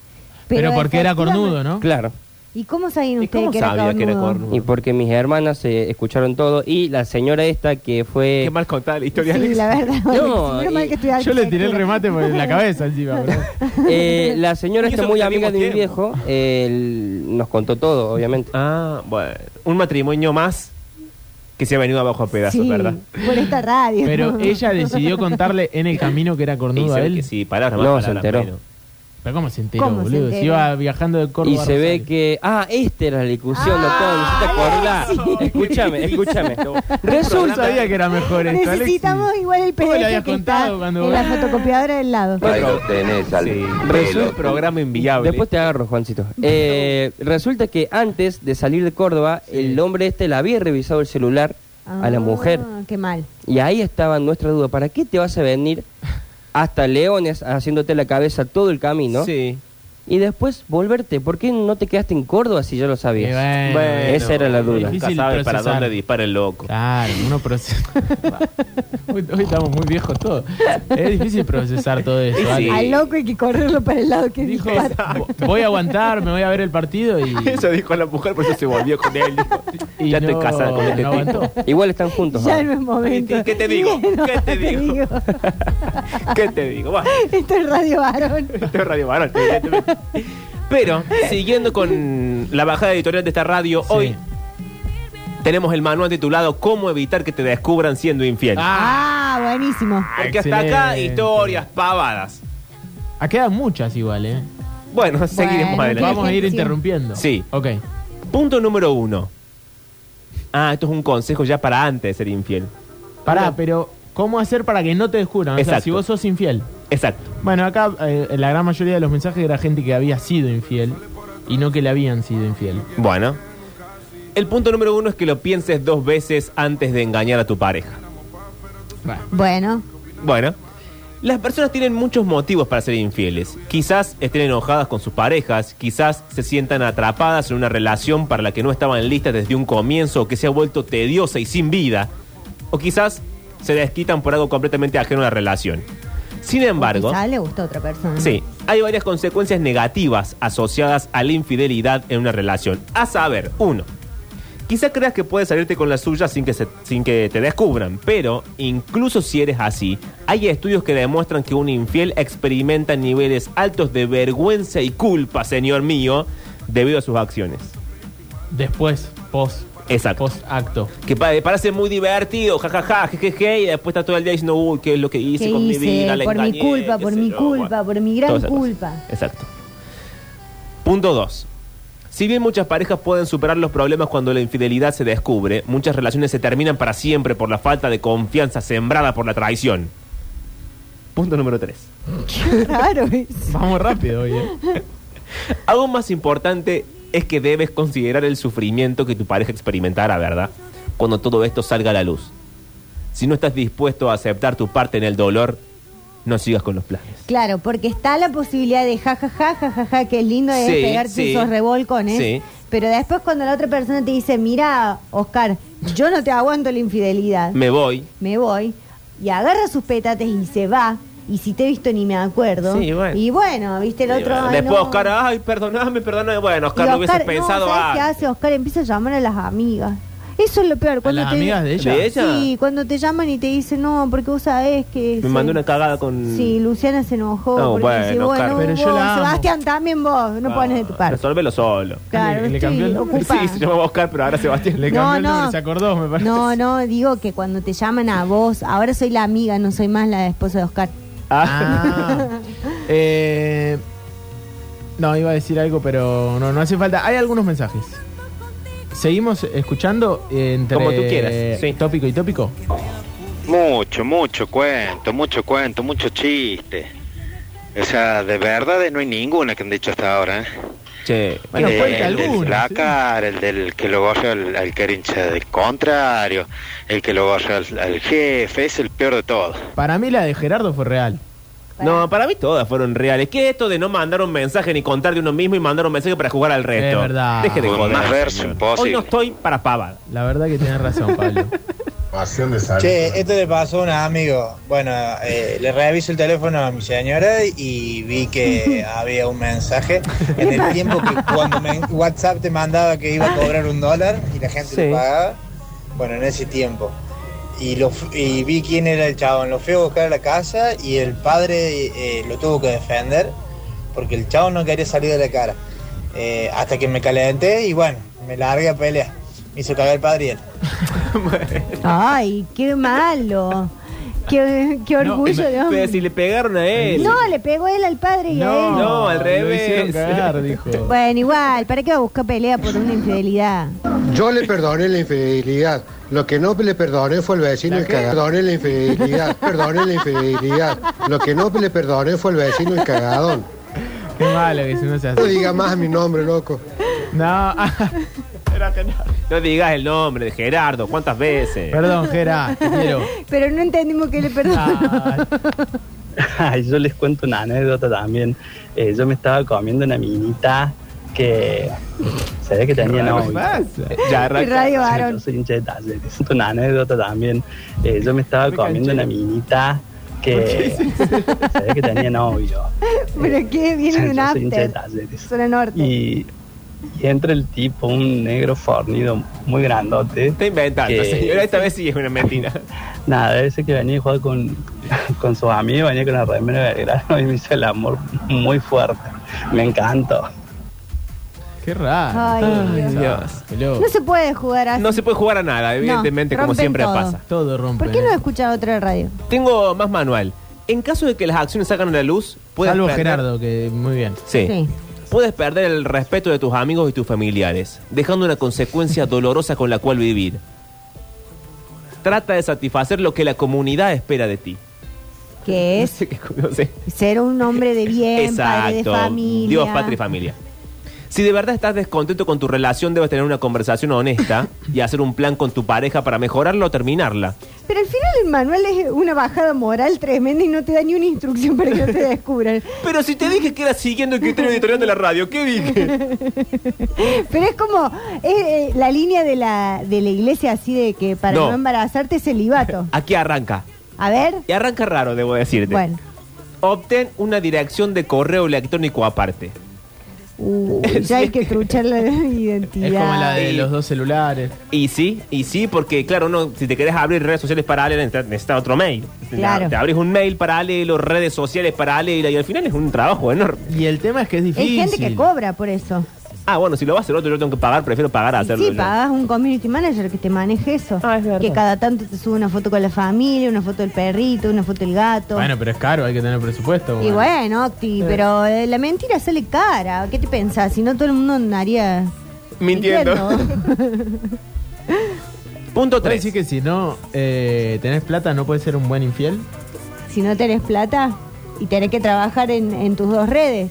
Speaker 5: Pero Pero porque era efectivamente- cornudo, ¿no?
Speaker 15: Claro.
Speaker 5: ¿Y cómo sabían ustedes que era cornudo?
Speaker 15: Y porque mis hermanas eh, escucharon todo y la señora esta que fue... Qué
Speaker 3: mal contada la historia,
Speaker 5: Sí, la verdad.
Speaker 15: No,
Speaker 5: menos mal que estoy
Speaker 4: Yo le tiré el remate por la cabeza encima, bro.
Speaker 15: Eh, la señora
Speaker 4: Y eso
Speaker 15: está
Speaker 4: que
Speaker 15: muy amiga de mi
Speaker 4: teníamos
Speaker 15: viejo, eh, el- nos contó todo, obviamente.
Speaker 3: Ah, bueno. Un matrimonio más que se ha venido abajo a pedazos,
Speaker 5: Sí,
Speaker 3: ¿verdad?
Speaker 5: por esta radio.
Speaker 4: Pero ella decidió contarle en el camino que era cornudo a
Speaker 3: Dice
Speaker 4: él.
Speaker 3: que sí, palabras más,
Speaker 15: No,
Speaker 3: palabras
Speaker 15: se enteró.
Speaker 3: menos.
Speaker 4: Pero ¿cómo se enteró,
Speaker 15: ¿Cómo se
Speaker 4: boludo? Se
Speaker 15: enteró?
Speaker 4: iba viajando de Córdoba.
Speaker 15: Y se ve que. Ah, esta era la discusión,
Speaker 3: Ah,
Speaker 15: doctor. ¿no te acordás? Escúchame, escúchame.
Speaker 4: Resulta.
Speaker 15: Resulta-
Speaker 4: sabía que era mejor esto, Alexis.
Speaker 5: Necesitamos igual el
Speaker 4: ¿Cómo le
Speaker 5: PDF
Speaker 4: habías
Speaker 5: que
Speaker 4: contado
Speaker 5: está
Speaker 4: cuando-
Speaker 5: en la fotocopiadora del lado.
Speaker 15: Ahí
Speaker 9: lo tenés al
Speaker 15: Resulta-
Speaker 3: programa inviable.
Speaker 15: Después te agarro, Juancito. Eh, Resulta que antes de salir de Córdoba, el hombre este le había revisado el celular a la
Speaker 5: Ah,
Speaker 15: mujer.
Speaker 5: Qué mal.
Speaker 15: Y ahí estaba nuestra duda. ¿Para qué te vas a venir hasta Leones haciéndote la cabeza todo el camino?
Speaker 3: Sí.
Speaker 15: Y después volverte. ¿Por qué no te quedaste en Córdoba si ya lo sabías? Esa era la duda.
Speaker 3: Nunca sabe para dónde dispara el loco.
Speaker 4: Claro, uno procesa. hoy, hoy estamos muy viejos todos. Es difícil procesar todo eso. Ale.
Speaker 5: Al loco hay que correrlo para el lado que dijo.
Speaker 4: Voy a aguantar, me voy a ver el partido y.
Speaker 3: Eso dijo la mujer, por eso se volvió con él. dijo,
Speaker 4: Y
Speaker 3: ya
Speaker 4: no,
Speaker 3: estoy casada con este
Speaker 4: no
Speaker 3: tipo.
Speaker 15: Igual están juntos.
Speaker 5: Ya no es momento.
Speaker 3: ¿Qué te digo? ¿Qué te digo? ¿Qué te digo? Bueno,
Speaker 5: Esto es Radio Varón.
Speaker 3: esto es Radio Varón, evidentemente. Pero, siguiendo con la bajada editorial de esta radio, hoy tenemos el manual titulado Cómo evitar que te descubran siendo infiel.
Speaker 5: Ah, buenísimo.
Speaker 3: Porque hasta acá,
Speaker 4: excelente.
Speaker 3: historias pavadas.
Speaker 4: Ah, quedan muchas igual, ¿eh?
Speaker 3: Bueno, seguiremos adelante.
Speaker 4: Vamos a ir interrumpiendo.
Speaker 3: Sí.
Speaker 4: Ok.
Speaker 3: Punto número uno. Ah, esto es un consejo ya para antes de ser infiel.
Speaker 4: Pará, pero ¿cómo hacer para que no te descubran? O sea,
Speaker 3: Exacto.
Speaker 4: si vos sos infiel.
Speaker 3: Exacto.
Speaker 4: Bueno, acá eh, la gran mayoría de los mensajes era gente que había sido infiel y no que le habían sido infiel.
Speaker 3: Bueno. El punto número uno es que lo pienses dos veces antes de engañar a tu pareja.
Speaker 5: Bueno,
Speaker 3: Bueno, las personas tienen muchos motivos para ser infieles. Quizás estén enojadas con sus parejas, quizás se sientan atrapadas en una relación para la que no estaban listas desde un comienzo o que se ha vuelto tediosa y sin vida. O quizás se desquitan por algo completamente ajeno a la relación. Sin embargo,
Speaker 5: quizá le gustó a otra persona.
Speaker 3: Sí, hay varias consecuencias negativas asociadas a la infidelidad en una relación. A saber, uno, quizá creas que puedes salirte con la suya sin que, se- sin que te descubran, pero incluso si eres así, hay estudios que demuestran que un infiel experimenta niveles altos de vergüenza y culpa, señor mío, debido a sus acciones.
Speaker 4: Después, post.
Speaker 3: Exacto.
Speaker 4: Post acto.
Speaker 3: Que pa- parece muy divertido, jajaja, jejeje, y después está todo el día diciendo, uy, ¿qué es lo que hice
Speaker 5: ¿Qué
Speaker 3: con mi vida?
Speaker 5: hice?
Speaker 3: La
Speaker 5: Por mi
Speaker 3: engañé,
Speaker 5: culpa,
Speaker 3: qué
Speaker 5: por
Speaker 3: sé
Speaker 5: mi
Speaker 3: yo,
Speaker 5: culpa, por mi gran
Speaker 3: Todas esas cosas.
Speaker 5: culpa.
Speaker 3: Exacto. Punto 2. Si bien muchas parejas pueden superar los problemas cuando la infidelidad se descubre, muchas relaciones se terminan para siempre por la falta de confianza sembrada por la traición. Punto número 3.
Speaker 5: Qué raro es.
Speaker 4: Vamos rápido hoy, ¿eh?
Speaker 3: Aún más importante es que debes considerar el sufrimiento que tu pareja experimentará, ¿verdad? Cuando todo esto salga a la luz. Si no estás dispuesto a aceptar tu parte en el dolor, no sigas con los planes.
Speaker 5: Claro, porque está la posibilidad de ja, ja, ja, ja, ja, ja, que lindo es
Speaker 3: Sí,
Speaker 5: pegarte
Speaker 3: sí.
Speaker 5: esos revolcones.
Speaker 3: Sí.
Speaker 5: Pero después cuando la otra persona te dice, mira, Oscar, yo no te aguanto la infidelidad,
Speaker 3: Me voy.
Speaker 5: me voy, y agarra sus petates y se va, y si te he visto ni me acuerdo.
Speaker 3: Sí, bueno.
Speaker 5: Y bueno, viste el
Speaker 3: Y
Speaker 5: otro...
Speaker 3: bueno,
Speaker 5: "Ay,
Speaker 3: después
Speaker 5: no".
Speaker 3: Oscar, ay, perdoname, perdoname. Bueno,
Speaker 5: Y
Speaker 3: Oscar, lo hubiese
Speaker 5: Oscar, no,
Speaker 3: pensado
Speaker 5: ¿sabes
Speaker 3: ah,
Speaker 5: qué hace Oscar? Empieza a llamar a las amigas. Eso es lo peor. Cuando
Speaker 3: las
Speaker 5: te-
Speaker 3: amigas de ella? ¿De ella?
Speaker 5: Sí, cuando te llaman y te dicen, no, porque vos sabés que...
Speaker 3: Me
Speaker 5: se-
Speaker 3: mandó una cagada con.
Speaker 5: Sí, Luciana se enojó.
Speaker 3: No,
Speaker 5: porque
Speaker 3: bueno,
Speaker 5: dice, bueno,
Speaker 3: Carmen. Pero yo
Speaker 5: vos,
Speaker 3: la amo.
Speaker 5: Sebastián, también vos, no
Speaker 3: Ah,
Speaker 5: pones de tu parte.
Speaker 3: Resolvelo solo.
Speaker 5: Claro, Le- le cambió el estoy nombre. ocupada.
Speaker 3: Sí, se llamaba Oscar, pero ahora Sebastián.
Speaker 5: Le No, cambió el nombre, no. se
Speaker 4: acordó, me
Speaker 5: No, no, digo que cuando te llaman a vos, ahora soy la amiga, no soy más la esposa de Oscar.
Speaker 3: Ah.
Speaker 4: Eh, no, iba a decir algo, pero no, no hace falta. Hay algunos mensajes. Seguimos escuchando eh, entre
Speaker 3: Como tú quieras,
Speaker 4: tópico y tópico.
Speaker 16: Mucho, mucho cuento, mucho cuento, mucho chiste. O sea, de verdades no hay ninguna que han dicho hasta ahora. ¿eh?
Speaker 3: bueno,
Speaker 16: Eh,
Speaker 3: cuenta
Speaker 16: el del
Speaker 3: alguna,
Speaker 16: placar, el del que lo goza al, al que era hincha del contrario, el que lo goza al, al jefe, es el peor de todos.
Speaker 4: Para mí la de Gerardo fue real.
Speaker 3: No, para mí todas fueron reales. ¿Qué es esto de no mandar un mensaje ni contar de uno mismo y mandar un mensaje para jugar al resto?
Speaker 4: Es verdad.
Speaker 3: Deje de
Speaker 4: Con
Speaker 3: joder.
Speaker 4: más verso
Speaker 3: señor.
Speaker 4: imposible.
Speaker 3: Hoy no estoy para pavada.
Speaker 4: La verdad que tenés razón, Pablo.
Speaker 14: Pasión de salir.
Speaker 12: Che,
Speaker 11: eh,
Speaker 12: esto le pasó a un amigo. Bueno, eh, le reviso el teléfono a mi señora y vi que había un mensaje en el tiempo que cuando me- WhatsApp te mandaba que iba a cobrar un dólar y la gente
Speaker 15: Sí.
Speaker 12: lo pagaba. Bueno, en ese tiempo. Y, lo, fu- y vi quién era el chabón. Lo fui a buscar a la casa y el padre eh, lo tuvo que defender porque el chabón no quería salir de la cara. Eh, hasta que me calenté y bueno, me largué a pelear. Me hizo cagar el padre y él.
Speaker 5: Ay, qué malo. Qué, qué orgullo de hombre.
Speaker 3: Pero si le pegaron a él.
Speaker 5: No, le pegó él al padre y a él.
Speaker 3: no, al
Speaker 4: Lo hicieron
Speaker 3: revés.
Speaker 4: cagar, dijo.
Speaker 5: Bueno, igual, ¿para qué va a buscar pelea por una infidelidad?
Speaker 10: Yo le perdoné la infidelidad. Lo que no le perdoné fue el vecino
Speaker 5: ¿La
Speaker 10: el
Speaker 5: qué?
Speaker 10: cagado. Perdoné la infidelidad. Perdoné la infidelidad. Lo que no le perdoné fue el vecino el cagadón.
Speaker 4: Qué malo que se no se hace.
Speaker 10: No diga más mi nombre, loco.
Speaker 4: No, ah,
Speaker 3: No digas el nombre de Gerardo, ¿cuántas veces?
Speaker 4: Perdón, Gerardo.
Speaker 5: Pero no entendimos que le perdonó.
Speaker 3: Ah,
Speaker 4: Ah,
Speaker 17: Ay, yo les cuento una anécdota también. Eh, yo me estaba comiendo una minita que se ve que tenía
Speaker 4: raro
Speaker 17: novio.
Speaker 4: pasa?
Speaker 17: Eh, Ya
Speaker 5: Qué radio varón.
Speaker 17: Yo soy hincha de Talleres. Les cuento Una anécdota también. Eh, yo me estaba comiendo una minita que se ve que tenía novio.
Speaker 5: Pero qué, viene de un
Speaker 17: Yo soy hincha de
Speaker 5: after.
Speaker 17: Talleres.
Speaker 5: Zona norte.
Speaker 17: Y, y entra el tipo, un negro fornido muy grandote. Está
Speaker 3: inventando, señora. Esta vez sí es una mentira.
Speaker 17: Nada, debe ser que venía y jugaba con, con sus amigos, venía con la remera de Belgrano y me hizo el amor muy fuerte. Me encantó.
Speaker 4: Qué raro.
Speaker 5: Ay, Dios. No se puede jugar así.
Speaker 3: No se puede jugar a nada, evidentemente, como
Speaker 5: rompen
Speaker 3: siempre
Speaker 5: todo.
Speaker 3: pasa.
Speaker 4: Todo rompe.
Speaker 5: ¿Por qué no escucha otra radio?
Speaker 3: Tengo más manual. En caso de que las acciones sacan a la luz, puedes
Speaker 4: Salvo
Speaker 3: perder-
Speaker 4: Gerardo, que muy bien.
Speaker 3: Sí. Puedes perder el respeto de tus amigos y tus familiares, dejando una consecuencia dolorosa con la cual vivir. Trata de satisfacer lo que la comunidad espera de ti.
Speaker 5: Que es
Speaker 3: No sé.
Speaker 5: ser un hombre de bien, padre de
Speaker 3: Exacto.
Speaker 5: familia.
Speaker 3: Dios, patria y familia. Si de verdad estás descontento con tu relación, debes tener una conversación honesta y hacer un plan con tu pareja para mejorarla o terminarla.
Speaker 5: Pero al final el manual es una bajada moral tremenda y no te da ni una instrucción para que no te descubran.
Speaker 3: Pero si te dije que era siguiendo el criterio editorial de la radio, ¿qué dije?
Speaker 5: Pero es como es, eh, la línea de la, de la iglesia así de que para
Speaker 3: No.
Speaker 5: no, embarazarte es celibato.
Speaker 3: Aquí arranca.
Speaker 5: A ver,
Speaker 3: Y arranca raro, debo decirte.
Speaker 5: bueno.
Speaker 3: Obtén una dirección de correo electrónico aparte.
Speaker 5: Uh, ya hay que truchar la identidad.
Speaker 4: Es como la de
Speaker 3: Y-
Speaker 4: los dos celulares.
Speaker 3: Y sí, y sí, porque claro, no, si te querés abrir redes sociales paralelas, necesitas necesitas otro mail.
Speaker 4: Claro.
Speaker 3: Te abrís un mail paralelo, redes sociales paralelas, y al final es un trabajo enorme.
Speaker 4: Y el tema es que es
Speaker 5: Hay
Speaker 4: difícil.
Speaker 5: gente que cobra por eso.
Speaker 3: Ah, bueno, si lo va a hacer otro, yo tengo que pagar, prefiero pagar a hacerlo
Speaker 5: Sí,
Speaker 3: yo.
Speaker 5: pagas un community manager que te maneje eso. Que cada tanto te sube una foto con la familia, una foto del perrito, una foto del gato.
Speaker 4: Bueno, pero es caro, hay que tener presupuesto.
Speaker 5: y
Speaker 4: bueno.
Speaker 5: bueno, Octi,
Speaker 4: Eh.
Speaker 5: pero eh, la mentira sale cara. ¿Qué te pensás? Si no, todo el mundo andaría
Speaker 3: Mintiendo. Punto
Speaker 4: 3. decir que si no eh, tenés plata no puedes ser un buen infiel?
Speaker 5: si no tenés plata y tenés que trabajar en, en tus dos redes.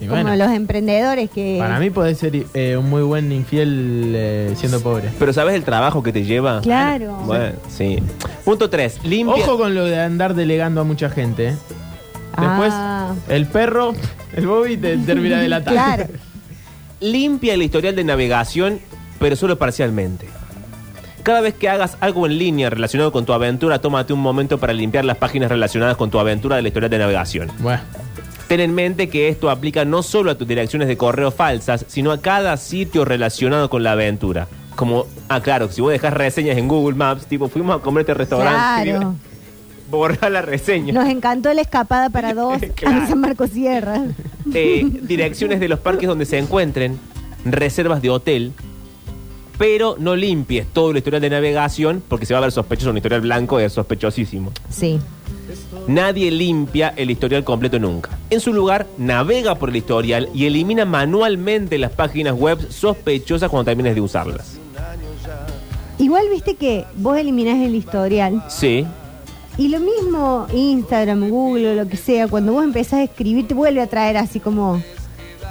Speaker 4: Y
Speaker 5: como
Speaker 4: bueno.
Speaker 5: los emprendedores que.
Speaker 4: Para mí podés ser eh, un muy buen infiel eh, siendo pobre.
Speaker 3: Pero ¿sabes el trabajo que te lleva?
Speaker 5: Claro.
Speaker 3: Bueno, sí. Punto 3. Limpia.
Speaker 4: Ojo con lo de andar delegando a mucha gente. ¿eh? Después
Speaker 5: Ah.
Speaker 4: el perro, el Bobby te termina de la
Speaker 5: Claro.
Speaker 3: Limpia el historial de navegación, pero solo parcialmente. Cada vez que hagas algo en línea relacionado con tu aventura, tómate un momento para limpiar las páginas relacionadas con tu aventura del historial de navegación.
Speaker 4: Bueno.
Speaker 3: Ten en mente que esto aplica no solo a tus direcciones de correo falsas, sino a cada sitio relacionado con la aventura. como, ah, claro, si vos dejás reseñas en Google Maps, tipo, fuimos a comer este restaurante,
Speaker 5: Claro.
Speaker 3: borra la reseña.
Speaker 5: Nos encantó la escapada para dos a San Marcos Sierra.
Speaker 3: Eh, direcciones de los parques donde se encuentren, reservas de hotel, pero no limpies todo el historial de navegación porque se va a ver sospechoso, un historial blanco es sospechosísimo.
Speaker 5: Sí.
Speaker 3: Nadie limpia el historial completo nunca. En su lugar, navega por el historial y elimina manualmente las páginas web sospechosas cuando termines de usarlas.
Speaker 5: Igual viste que vos eliminás el historial.
Speaker 3: Sí.
Speaker 5: Y lo mismo Instagram, Google, lo que sea, cuando vos empezás a escribir te vuelve a traer así como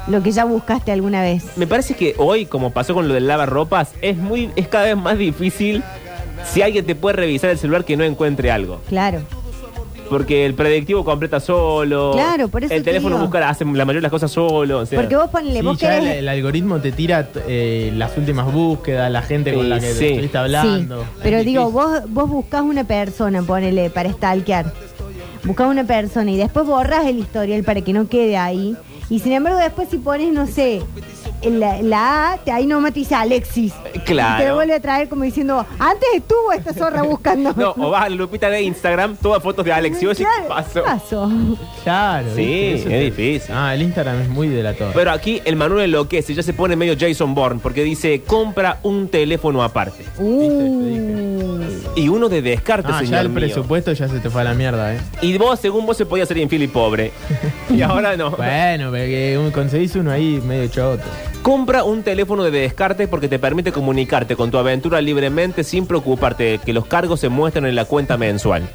Speaker 5: lo que ya buscaste alguna vez.
Speaker 3: Me parece que hoy, como pasó con lo del lavarropas, es muy, es cada vez más difícil si alguien te puede revisar el celular que no encuentre algo.
Speaker 5: Claro.
Speaker 3: Porque el predictivo completa solo.
Speaker 5: Claro, por eso
Speaker 3: El
Speaker 5: te
Speaker 3: teléfono
Speaker 5: digo.
Speaker 3: busca, hace la mayoría de las cosas solo. o sea.
Speaker 5: Porque vos ponle, vos
Speaker 4: Sí, ya el,
Speaker 5: querés-
Speaker 4: el algoritmo te tira eh, las últimas búsquedas, la gente con la
Speaker 3: Eh,
Speaker 4: que
Speaker 3: sí.
Speaker 4: estuviste hablando.
Speaker 5: Sí, pero digo, vos, vos buscás una persona, ponele, para stalkear. Buscás una persona y después borras el historial para que no quede ahí. Y sin embargo, después si pones, no sé, la, la A, te- ahí nomás te dice Alexis.
Speaker 3: Eh, claro.
Speaker 5: Y te vuelve a traer como diciendo, antes estuvo esta zorra buscando.
Speaker 3: No, o vas a la lupita de Instagram, todas fotos de Alex. Y vos decís,
Speaker 5: pues, Claro,
Speaker 3: "Paso".
Speaker 5: Paso.
Speaker 4: Claro.
Speaker 3: Sí,
Speaker 4: ¿viste?
Speaker 3: es
Speaker 4: Eso te-
Speaker 3: difícil.
Speaker 4: Ah, el Instagram es muy delator.
Speaker 3: Pero aquí el Manuel enloquece, ya se pone medio Jason Bourne, porque dice, compra un teléfono aparte. Y uno de descarte,
Speaker 4: Ah,
Speaker 3: señor
Speaker 4: ya el
Speaker 3: mío.
Speaker 4: presupuesto ya se te fue a la mierda, ¿eh?
Speaker 3: Y vos, según vos, se podía ser infiel y pobre. Y ahora no.
Speaker 4: Bueno, pero que un- conseguís uno ahí medio choto.
Speaker 3: Compra un teléfono de descarte porque te permite comunicarte con tu aventura libremente sin preocuparte de que los cargos se muestren en la cuenta mensual.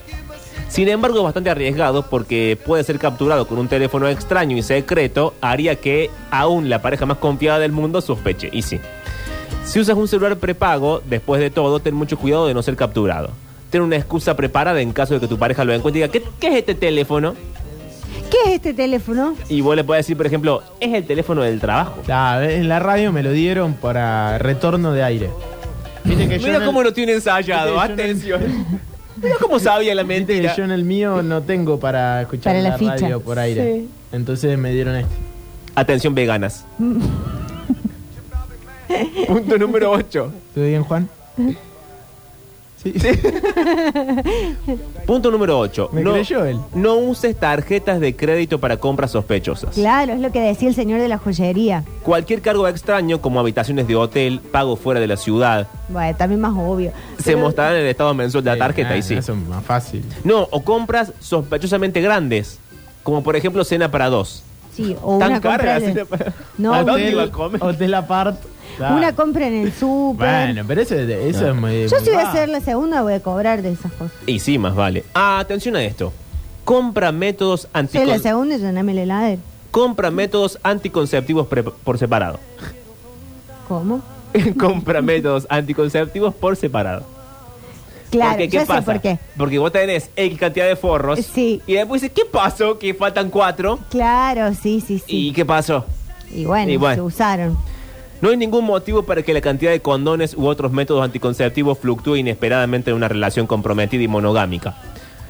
Speaker 3: Sin embargo, es bastante arriesgado porque puede ser capturado con un teléfono extraño y secreto, haría que aún la pareja más confiada del mundo sospeche. Y sí. Si usas un celular prepago, después de todo, ten mucho cuidado de no ser capturado. Ten una excusa preparada en caso de que tu pareja lo encuentre y diga, ¿qué, qué es este teléfono?
Speaker 5: ¿Qué es este teléfono?
Speaker 3: Y vos le puedes decir, por ejemplo, es el teléfono del trabajo.
Speaker 4: Ah, en la radio me lo dieron para retorno de aire. Viste que yo
Speaker 3: Mira
Speaker 4: no-
Speaker 3: cómo lo tiene ensayado,
Speaker 4: Viste
Speaker 3: atención. Mira cómo sabía la
Speaker 4: Viste que
Speaker 3: mentira.
Speaker 4: yo en el mío no tengo para escuchar
Speaker 5: Para la
Speaker 4: la,
Speaker 5: ficha.
Speaker 4: radio por aire.
Speaker 5: Sí.
Speaker 4: Entonces me dieron este.
Speaker 3: Atención veganas. Punto número 8.
Speaker 4: ¿Todo bien, Juan?
Speaker 3: Punto número 8.
Speaker 4: Me creyó él.
Speaker 3: no uses tarjetas de crédito para compras sospechosas.
Speaker 5: Claro, es lo que decía el señor de la joyería.
Speaker 3: Cualquier cargo extraño, como habitaciones de hotel, pago fuera de la ciudad,
Speaker 5: Bueno, también más obvio.
Speaker 3: se mostrará en el estado mensual de la tarjeta, y sí.
Speaker 4: Eso es más fácil.
Speaker 3: No, o compras sospechosamente grandes, como por ejemplo cena para dos.
Speaker 5: Sí, o
Speaker 3: Tan
Speaker 5: una compra
Speaker 3: cara,
Speaker 5: de-
Speaker 3: así la pa-
Speaker 5: No,
Speaker 4: Ah,
Speaker 3: ¿A
Speaker 5: una-
Speaker 3: dónde iba a comer?
Speaker 4: Hotel apart. Claro.
Speaker 5: Una compra en el súper.
Speaker 4: Bueno, pero eso, eso es muy. Ah,
Speaker 5: Yo si voy a
Speaker 4: hacer
Speaker 5: hacer la segunda voy a cobrar de esas cosas.
Speaker 3: Y sí, más vale. Ah, atención a esto. Compra métodos
Speaker 5: Si es la
Speaker 3: anticonceptivos.
Speaker 5: segunda, llename el heladero.
Speaker 3: Compra métodos anticonceptivos pre- por separado.
Speaker 5: ¿Cómo?
Speaker 3: Compra métodos anticonceptivos por separado.
Speaker 5: Claro,
Speaker 3: Porque,
Speaker 5: ya sé por qué.
Speaker 3: Porque vos tenés X cantidad de forros.
Speaker 5: Sí.
Speaker 3: Y después dices, ¿qué pasó? Que faltan cuatro.
Speaker 5: Claro, sí, sí,
Speaker 3: ¿Y
Speaker 5: sí.
Speaker 3: qué pasó?
Speaker 5: Y, bueno,
Speaker 3: y bueno.
Speaker 5: se usaron.
Speaker 3: No hay ningún motivo para que la cantidad de condones u otros métodos anticonceptivos fluctúe inesperadamente en una relación comprometida y monogámica.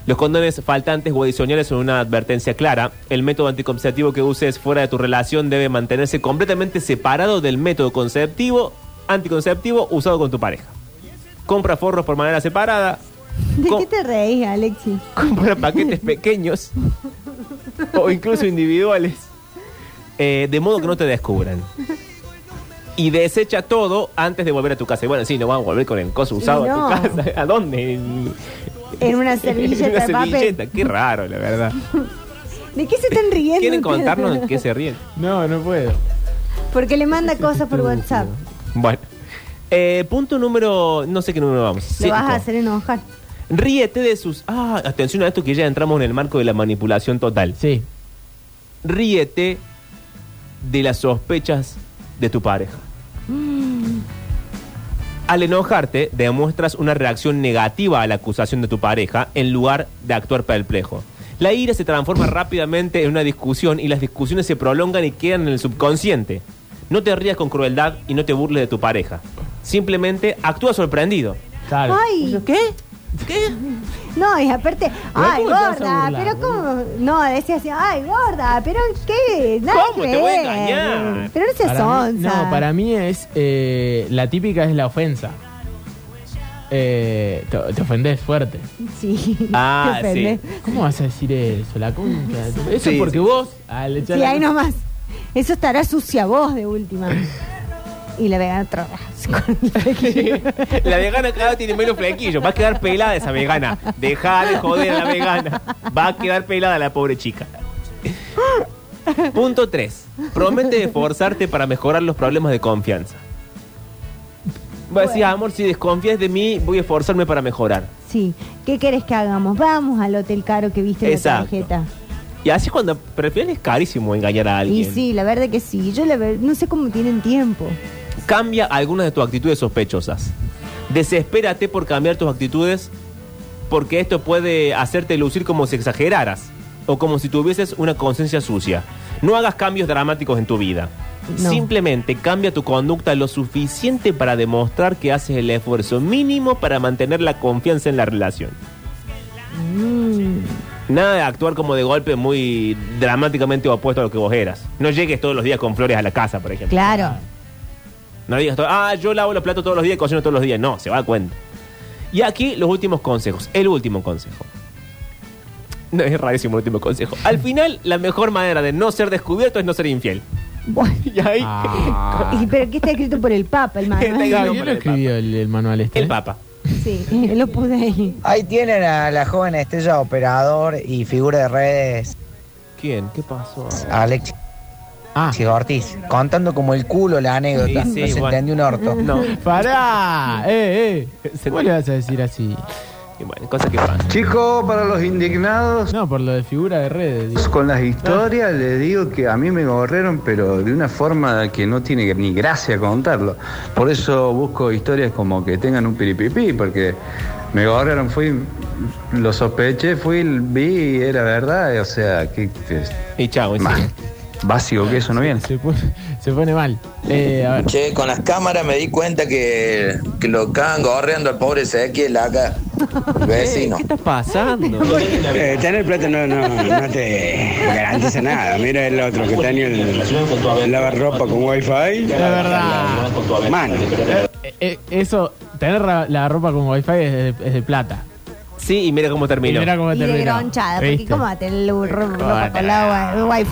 Speaker 3: Los condones faltantes o adicionales son una advertencia clara. El método anticonceptivo que uses fuera de tu relación debe mantenerse completamente separado del método conceptivo anticonceptivo usado con tu pareja. Compra forros por manera separada,
Speaker 5: ¿De
Speaker 3: Co-
Speaker 5: qué te reís, Alexis?
Speaker 3: compra paquetes pequeños o incluso individuales, eh, de modo que no te descubran. Y desecha todo antes de volver a tu casa. Y bueno, sí, no vamos a volver con el coso
Speaker 5: Y
Speaker 3: usado
Speaker 5: no.
Speaker 3: a tu casa. ¿A dónde? En,
Speaker 5: En una servilleta
Speaker 3: En una
Speaker 5: de papel.
Speaker 3: servilleta. Qué raro, la verdad.
Speaker 5: ¿De qué se están riendo?
Speaker 3: ¿Quieren contarnos en qué se ríen?
Speaker 4: No, no puedo.
Speaker 5: Porque le manda cosas por WhatsApp.
Speaker 3: Bueno. Eh, punto número... No sé qué número vamos.
Speaker 5: Lo
Speaker 3: Cinco.
Speaker 5: vas a hacer enojar.
Speaker 3: Ríete de sus. Ah, atención a esto que ya entramos en el marco de la manipulación total.
Speaker 4: Sí.
Speaker 3: Ríete de las sospechas de tu pareja. Al enojarte, demuestras una reacción negativa a la acusación de tu pareja en lugar de actuar perplejo. La ira se transforma rápidamente en una discusión y las discusiones se prolongan y quedan en el subconsciente. No te rías con crueldad y no te burles de tu pareja. Simplemente actúa sorprendido. Pues
Speaker 5: Ay. ¿Qué? ¿Qué? No, y aparte, ay,
Speaker 3: cómo te vas a
Speaker 5: gorda,
Speaker 3: burlar,
Speaker 5: pero cómo. No, decía así, ay, gorda, pero qué. Nada
Speaker 3: ¿Cómo
Speaker 5: que
Speaker 3: te voy a
Speaker 5: ver.
Speaker 3: engañar?
Speaker 5: Pero no seas
Speaker 4: para mí, no, para mí es. eh, la típica es la ofensa. Eh, te, te ofendés fuerte.
Speaker 5: Sí.
Speaker 3: Ah,
Speaker 5: Te ofendés.
Speaker 4: ¿Cómo vas a decir eso? La concha de tu- Eso
Speaker 5: Sí,
Speaker 4: es porque
Speaker 5: sí.
Speaker 4: vos. Al echar
Speaker 5: Sí,
Speaker 4: la-
Speaker 5: ahí nomás. Eso estará sucia vos de última. Y la vegana traba.
Speaker 3: La vegana cada vez tiene menos flequillo. Va a quedar pelada esa vegana. Deja de joder a la vegana. Va a quedar pelada la pobre chica. Punto 3. Promete esforzarte para mejorar los problemas de confianza. Va a decir, amor, si desconfías de mí, voy a esforzarme para mejorar.
Speaker 5: Sí. ¿Qué querés que hagamos? Vamos al hotel caro que viste en
Speaker 3: Exacto.
Speaker 5: la tarjeta.
Speaker 3: Y así es cuando. Pero al final es carísimo engañar a
Speaker 5: Y
Speaker 3: alguien.
Speaker 5: sí, la verdad que sí. Yo la ver- no sé cómo tienen tiempo.
Speaker 3: Cambia algunas de tus actitudes sospechosas. Desespérate por cambiar tus actitudes porque esto puede hacerte lucir como si exageraras o como si tuvieses una conciencia sucia. No hagas cambios dramáticos en tu vida.
Speaker 5: No.
Speaker 3: Simplemente cambia tu conducta lo suficiente para demostrar que haces el esfuerzo mínimo para mantener la confianza en la relación. Nada de actuar como de golpe muy dramáticamente opuesto a lo que vos eras. No llegues todos los días con flores a la casa, por ejemplo.
Speaker 5: Claro.
Speaker 3: No digas, todo, ah, yo lavo los platos todos los días, cocino todos los días. No, se va a dar cuenta. Y aquí los últimos consejos. El último consejo. No, es rarísimo el último consejo. Al final, la mejor manera de no ser descubierto es no ser infiel. Y ahí.
Speaker 4: Ah,
Speaker 5: Y- pero ¿qué está escrito por el Papa, el
Speaker 4: Claro, ¿Quién
Speaker 5: manual?
Speaker 4: lo escribió el, el manual este? El
Speaker 3: Papa.
Speaker 5: sí, lo puse ahí.
Speaker 18: Ahí tienen a la joven estrella operador y figura de redes.
Speaker 3: ¿Quién? ¿Qué pasó?
Speaker 4: Ah.
Speaker 18: Alex. Alexis Ortiz, contando como el culo la anécdota.
Speaker 4: Sí, sí,
Speaker 18: no se
Speaker 4: igual.
Speaker 18: entendió un orto.
Speaker 4: Pará. Eh, eh. ¿Cómo le vas a decir así?
Speaker 3: bueno, cosas que pasan.
Speaker 11: Chico, para los indignados.
Speaker 4: No, por lo de figura de redes. digo.
Speaker 11: Con las historias le digo que a mí me corrieron, pero de una forma que no tiene ni gracia contarlo. Por eso busco historias como que tengan un piripipí, porque me corrieron, fui, lo sospeché, fui, vi, era verdad, o sea, que...
Speaker 3: Y chao,
Speaker 11: Básico que eso no viene.
Speaker 4: Se pone, se pone mal. Eh, a ver.
Speaker 9: Che, con las cámaras me di cuenta que, que lo estaban gorreando al pobre Ezequiel acá, el vecino.
Speaker 3: ¿Qué está pasando?
Speaker 19: Eh, tener plata no, no, no te garantiza nada. Mira el otro que tenía el lavarropa con wifi.
Speaker 4: La verdad.
Speaker 19: Mano.
Speaker 4: Eh, eh, eso, tener ra- la ropa con wifi es de, es de plata.
Speaker 3: Sí, y mira cómo terminó.
Speaker 4: Y mira cómo
Speaker 5: Y de
Speaker 4: terminó.
Speaker 5: gronchada, porque
Speaker 4: ¿Viste?
Speaker 5: ¿cómo va a tener Ah, ro- ro- ropa con la wi-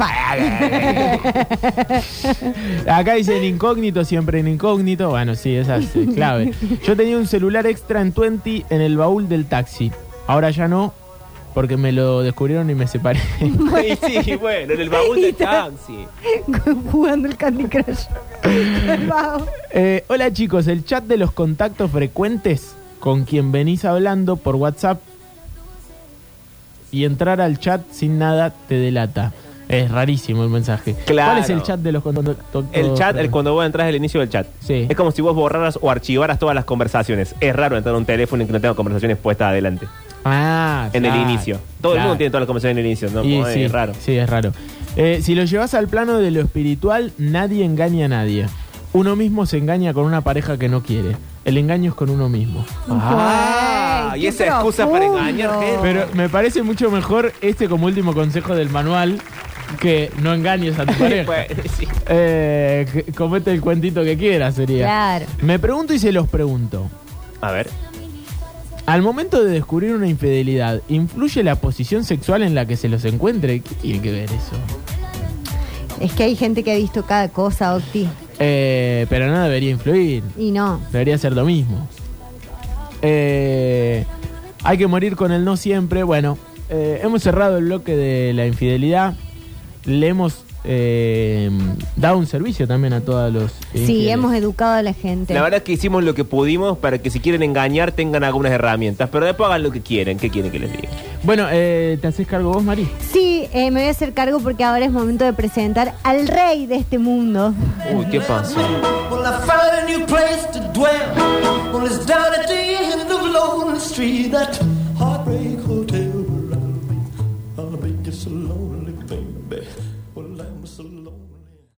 Speaker 5: wifi?
Speaker 4: Acá dice en incógnito, siempre en incógnito. Bueno, sí, esa es eh, clave. Yo tenía un celular extra en 20 en el baúl del taxi. Ahora ya no, porque me lo descubrieron y me separé.
Speaker 3: Y sí, bueno, en el baúl de taxi.
Speaker 5: Jugando el Candy Crush. Wow.
Speaker 4: Eh, hola chicos, el chat de los contactos frecuentes con quien venís hablando por WhatsApp y entrar al chat sin nada te delata. Es rarísimo el mensaje.
Speaker 3: Claro.
Speaker 4: ¿Cuál es el chat de los contactos?
Speaker 3: El chat, el, cuando vos entras al inicio del chat. Es como si vos borraras o archivaras todas las conversaciones. Es raro entrar a un teléfono en que no tenga conversaciones puestas adelante.
Speaker 4: Ah,
Speaker 3: En
Speaker 4: claro,
Speaker 3: el inicio. Todo el
Speaker 4: claro.
Speaker 3: mundo tiene todas las conversaciones en el inicio, ¿no?
Speaker 4: Y
Speaker 3: Como, eh,
Speaker 4: sí,
Speaker 3: es raro.
Speaker 4: Sí, es raro. Eh, si lo llevas al plano de lo espiritual, nadie engaña a nadie. Uno mismo se engaña con una pareja que no quiere. El engaño es con uno mismo.
Speaker 3: Ah, y esa excusa para engañar gente.
Speaker 4: Pero me parece mucho mejor este como último consejo del manual que no engañes a tu pareja.
Speaker 3: pues.
Speaker 4: Eh, que- comete el cuentito que quieras, sería.
Speaker 5: Claro.
Speaker 4: Me pregunto y se los pregunto.
Speaker 3: A ver.
Speaker 4: Al momento de descubrir una infidelidad, ¿influye la posición sexual en la que se los encuentre? ¿Qué tiene que ver eso?
Speaker 5: Es que hay gente que ha visto cada cosa, Octi.
Speaker 4: Eh, pero no debería influir.
Speaker 5: Y no.
Speaker 4: Debería ser lo mismo. Eh, hay que morir con el no siempre. Bueno, eh, hemos cerrado el bloque de la infidelidad. Le hemos eh, dado un servicio también a todos los.
Speaker 5: Sí, hemos educado a la gente.
Speaker 3: La verdad es que hicimos lo que pudimos para que si quieren engañar tengan algunas herramientas. Pero después hagan lo que quieren. ¿Qué quieren que les diga?
Speaker 4: Bueno, eh, ¿te haces cargo vos, Mari?
Speaker 5: Sí, eh, me voy a hacer cargo porque ahora es momento de presentar al rey de este mundo.
Speaker 3: Uy, ¿qué pasa?
Speaker 20: Well, I found a new place to dwell. Well, it's down at the end of Lonely Street. That